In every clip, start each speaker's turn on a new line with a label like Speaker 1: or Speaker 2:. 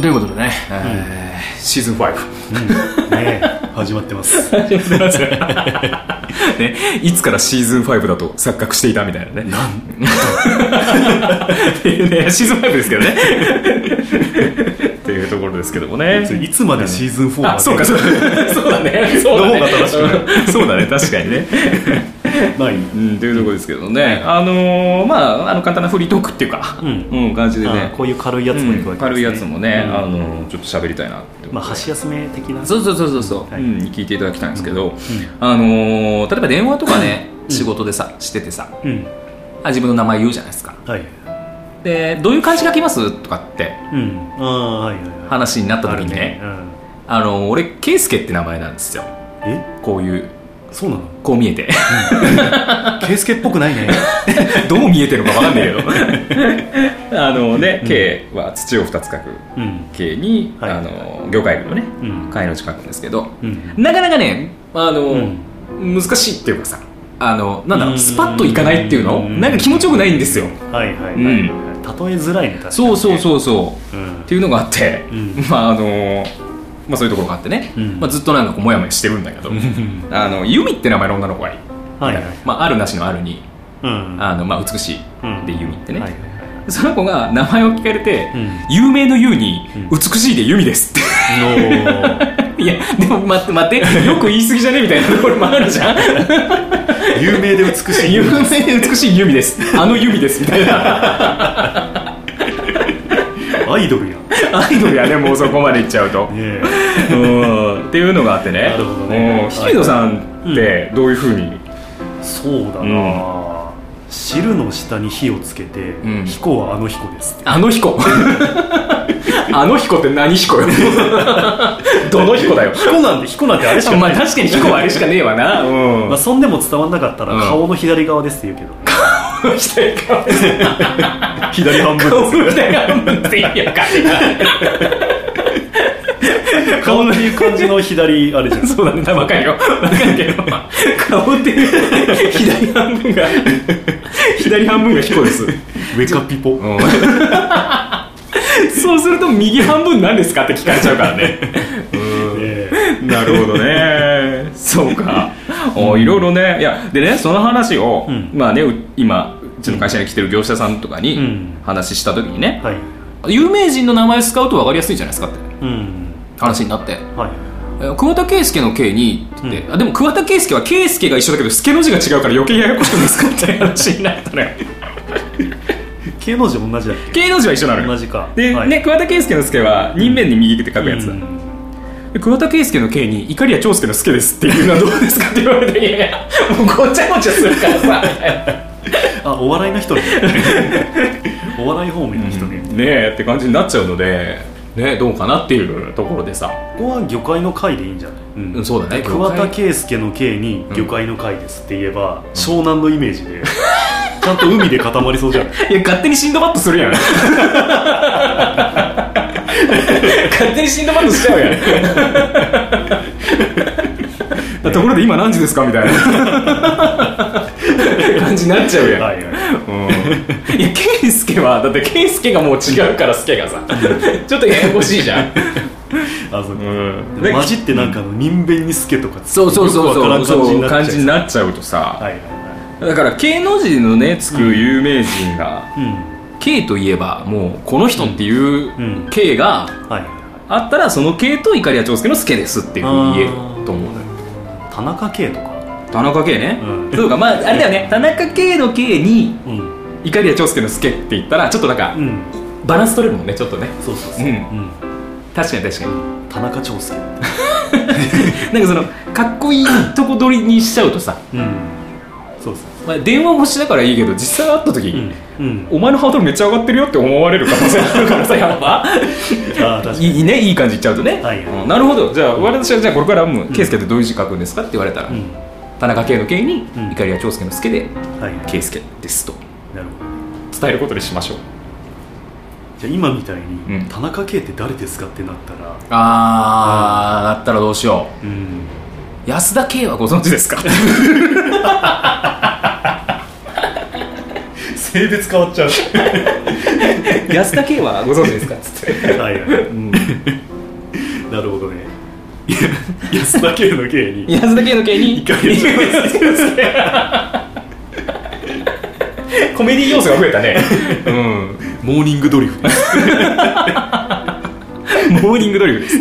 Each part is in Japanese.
Speaker 1: ということでね、えーシーズン5。
Speaker 2: うんねえ始まってます
Speaker 1: ね、いつからシーズン5だと錯覚していたみた いなね。なんね、シーズン5です けどね。っていうところですけどもね。
Speaker 2: いつまでシーズン4まで
Speaker 1: あ、そうか、 そうか。そうだね。そうだね。
Speaker 2: の方が正
Speaker 1: そうだね、確かにね。
Speaker 2: ない
Speaker 1: うん、というところですけどね。あのー、まあ、あの、簡単なフリートークっていうか、
Speaker 2: うん
Speaker 1: うん、感じで
Speaker 2: あ
Speaker 1: ね
Speaker 2: あ。こういう軽いやつもいくわ
Speaker 1: うん
Speaker 2: けですね、
Speaker 1: 軽いやつもね、
Speaker 2: うん
Speaker 1: あのちょっと喋りたいなって
Speaker 2: まあ箸休め的な
Speaker 1: そうそうそうそうそう、
Speaker 2: はい
Speaker 1: うん、聞いていただきたいんですけど、あのー例えば電話とかね、仕事でさしててさ
Speaker 2: うん
Speaker 1: あ自分の名前言うじゃないですか
Speaker 2: はい
Speaker 1: でどういう感じが来ますとかって
Speaker 2: うんああはいはいはい
Speaker 1: 話になった
Speaker 2: あ
Speaker 1: 時
Speaker 2: る
Speaker 1: にね
Speaker 2: ね、う
Speaker 1: あのー俺圭介って名前なんですよ
Speaker 2: んえ
Speaker 1: こういう
Speaker 2: そうなの
Speaker 1: こう見えて
Speaker 2: 圭介っぽくないね
Speaker 1: どう見えてるのか分かんないけど あのね圭、は土を二つ書く
Speaker 2: うん
Speaker 1: 圭に、
Speaker 2: はい
Speaker 1: あのー魚介類のね
Speaker 2: うん
Speaker 1: 貝の字書くんですけど
Speaker 2: うん
Speaker 1: なかなかねあの、難しいっていうかさあのなんだろ
Speaker 2: う
Speaker 1: うんスパッといかないっていうの
Speaker 2: うん
Speaker 1: なんか気持ちよくないんですよ
Speaker 2: はいはいはい、
Speaker 1: う
Speaker 2: はい
Speaker 1: ん
Speaker 2: 例えづらいね確かに
Speaker 1: そ
Speaker 2: ね
Speaker 1: うそうそうそう
Speaker 2: う
Speaker 1: っ
Speaker 2: ん
Speaker 1: ていうのがあって、
Speaker 2: うん
Speaker 1: まああのまあそういうところがあってね、
Speaker 2: うん
Speaker 1: まあ、ずっとなんかこうモヤモヤしてるんだけど、
Speaker 2: うん
Speaker 1: あのユミって名前の女の子がいい、
Speaker 2: はいはい
Speaker 1: まあ、あるなしのあるに
Speaker 2: うん
Speaker 1: あの、まあ、美しいでユミってね、
Speaker 2: はいはいはい
Speaker 1: その子が名前を聞かれて、
Speaker 2: うん
Speaker 1: 有名のユに、
Speaker 2: うん
Speaker 1: 美しいでユミですって
Speaker 2: の
Speaker 1: いやでも待って待ってよく言い過ぎじゃねみたいなところもあるじゃん
Speaker 2: 有名で美しい
Speaker 1: 有名で美しいユミですあのユミですみたいな
Speaker 2: アイドルやんね
Speaker 1: アイドルやねもうそこまでいっちゃうと
Speaker 2: え
Speaker 1: うんっていうのがあってね
Speaker 2: なるほどね
Speaker 1: うん姫野さんってどういうふうに
Speaker 2: そうだな、汁の下に火をつけて、
Speaker 1: ん
Speaker 2: 彦はあの彦です
Speaker 1: あの彦 あの彦って何彦 よどの彦だよ
Speaker 2: 彦なんで彦なんてあれし か
Speaker 1: まあ確かに彦はあれしかねえわなうん
Speaker 2: まあ、そんでも伝わんなかったら、
Speaker 1: うん
Speaker 2: 顔の左側ですって言うけど、左半
Speaker 1: 顔
Speaker 2: 分で
Speaker 1: みたいなって意味わかんない
Speaker 2: す顔っていう感じの左あれじゃん
Speaker 1: そうだね、わかるよ。わかるけど、顔って、 左半分が、左半分が彦です。
Speaker 2: 上かピポ
Speaker 1: そうすると、右半分なんですかって聞かれちゃうからね。
Speaker 2: え
Speaker 1: なるほどね。そうか。おいろいろね。いや、でね、その話を、
Speaker 2: うん
Speaker 1: まあね、う今、うちの会社に来てる業者さんとか
Speaker 2: う
Speaker 1: に
Speaker 2: ん
Speaker 1: 話した時にね
Speaker 2: え、はい
Speaker 1: 有名人の名前使うと分かりやすいじゃないですかって
Speaker 2: うん
Speaker 1: 話になって。
Speaker 2: はい
Speaker 1: え桑田佳祐の K にって言って、
Speaker 2: う
Speaker 1: あでも桑田佳祐は佳祐が一緒だけど助の字が違うから余計ややこしくないですかっていう話になったのよ
Speaker 2: K の字同じだっ
Speaker 1: K の字は一緒な
Speaker 2: け
Speaker 1: の
Speaker 2: 同
Speaker 1: よ
Speaker 2: じか
Speaker 1: で、
Speaker 2: はい
Speaker 1: ね、桑田佳祐の助は人面に右手で書くやつだ、
Speaker 2: うん
Speaker 1: で桑田佳祐の K に怒りや長介の助ですっていうのはどうですかって言われていやいやもうごちゃごちゃするからさ
Speaker 2: あお笑いの人ねお笑い方面の人ね、
Speaker 1: ねえって感じになっちゃうのでねえどうかなっていうところでさ
Speaker 2: ここは魚介の貝でいいんじゃない、
Speaker 1: うんそうだね
Speaker 2: 桑田佳祐の圭に魚介の貝ですって言えば、湘南のイメー ジでちゃんと海で固まりそうじゃない
Speaker 1: いや勝手にシンドバッドするやん勝手にシンドバッドしちゃうや んところで今何時ですかみたいな感じになっちゃうやん、
Speaker 2: はいはい
Speaker 1: うん、いやケイスケはだってケイスケがもう違うからスケがさちょっとややこしいじゃん、
Speaker 2: あそうか、
Speaker 1: ん
Speaker 2: でも混じってなんかあの人弁にすけとかつ
Speaker 1: そうそうそう
Speaker 2: よくわから
Speaker 1: そ
Speaker 2: ん
Speaker 1: うそう
Speaker 2: 感
Speaker 1: 感
Speaker 2: じ
Speaker 1: じ
Speaker 2: に
Speaker 1: に
Speaker 2: なっ
Speaker 1: なっちゃうとさ、
Speaker 2: ちゃうはいは
Speaker 1: だから芸能人のねつく有名人が、
Speaker 2: いはい
Speaker 1: K といえばもうこの人って
Speaker 2: ん
Speaker 1: いうう K が
Speaker 2: うんはいはい
Speaker 1: あったらその K と怒りや長介の助ですっていうふうに言えると思うのよ
Speaker 2: はい田中圭とか
Speaker 1: 田中圭ね、
Speaker 2: うん
Speaker 1: そうかまああれだよね田中圭の K に
Speaker 2: うん
Speaker 1: 怒りや長介の助って言ったらちょっとなんか、
Speaker 2: うん
Speaker 1: バランス取れるもんねちょっとね
Speaker 2: そうそうそう、
Speaker 1: うん
Speaker 2: ん
Speaker 1: 確かに確かに
Speaker 2: 田中長介
Speaker 1: なんかそのかっこいいとこ取りにしちゃうとさ、
Speaker 2: うんそうそう
Speaker 1: まあ、電話越しだからいいけど実際会った時、
Speaker 2: うん、うん、
Speaker 1: お前のハードルめっちゃ上がってるよって思われる可能性あるからさやっ ぱ
Speaker 2: ああ確か
Speaker 1: い
Speaker 2: に
Speaker 1: いねいい感じいっちゃうとね、
Speaker 2: はいはい
Speaker 1: うんなるほどじゃあ私はじゃあこれからも「圭介ってどういう字書くんですか?」って言われたら、
Speaker 2: うん
Speaker 1: 田中圭の圭に
Speaker 2: うん
Speaker 1: 怒りや長介の助で
Speaker 2: はい
Speaker 1: 圭介ですと
Speaker 2: なるほど
Speaker 1: 伝えることにしましょう
Speaker 2: じゃあ今みたいに、
Speaker 1: うん
Speaker 2: 田中圭って誰ですかってなったら
Speaker 1: あーだったらどうしよ
Speaker 2: うん
Speaker 1: う安田圭はご存知ですか
Speaker 2: 正性別変わっちゃう
Speaker 1: 安田圭はご存知ですかつ って
Speaker 2: はいはい、なるほどねいや安田圭の圭に
Speaker 1: 安田圭の圭に
Speaker 2: 一回やっちゃいます
Speaker 1: コメディ要素が増えたねうん
Speaker 2: モーニングドリフ
Speaker 1: モーニングドリフです、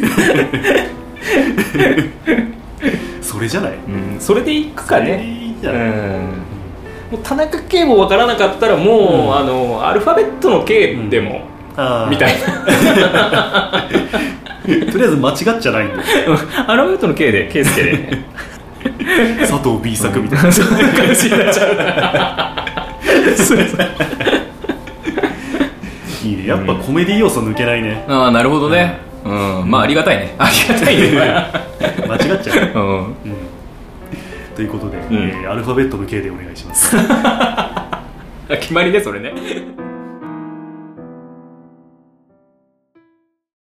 Speaker 2: それじゃない
Speaker 1: うん、それでいくか
Speaker 2: それ
Speaker 1: ね
Speaker 2: いいんじ
Speaker 1: う
Speaker 2: ゃない、
Speaker 1: んもう田中圭もわからなかったらもう、
Speaker 2: ん
Speaker 1: あのアルファベットの K でも、
Speaker 2: あー
Speaker 1: みたい
Speaker 2: とりあえず間違っちゃないんで
Speaker 1: なアルファベットの K で圭介で
Speaker 2: 佐藤 B 作みたいな、
Speaker 1: そんな感じになっちゃう
Speaker 2: いいねやっぱコメディ要素抜けないね
Speaker 1: ああなるほどねうん、まあありがたいねありがたいね
Speaker 2: 間違っちゃ
Speaker 1: う
Speaker 2: う、
Speaker 1: ん
Speaker 2: うん、ということで、
Speaker 1: ん
Speaker 2: えーアルファベットの K でお願いします
Speaker 1: 決まりねそれね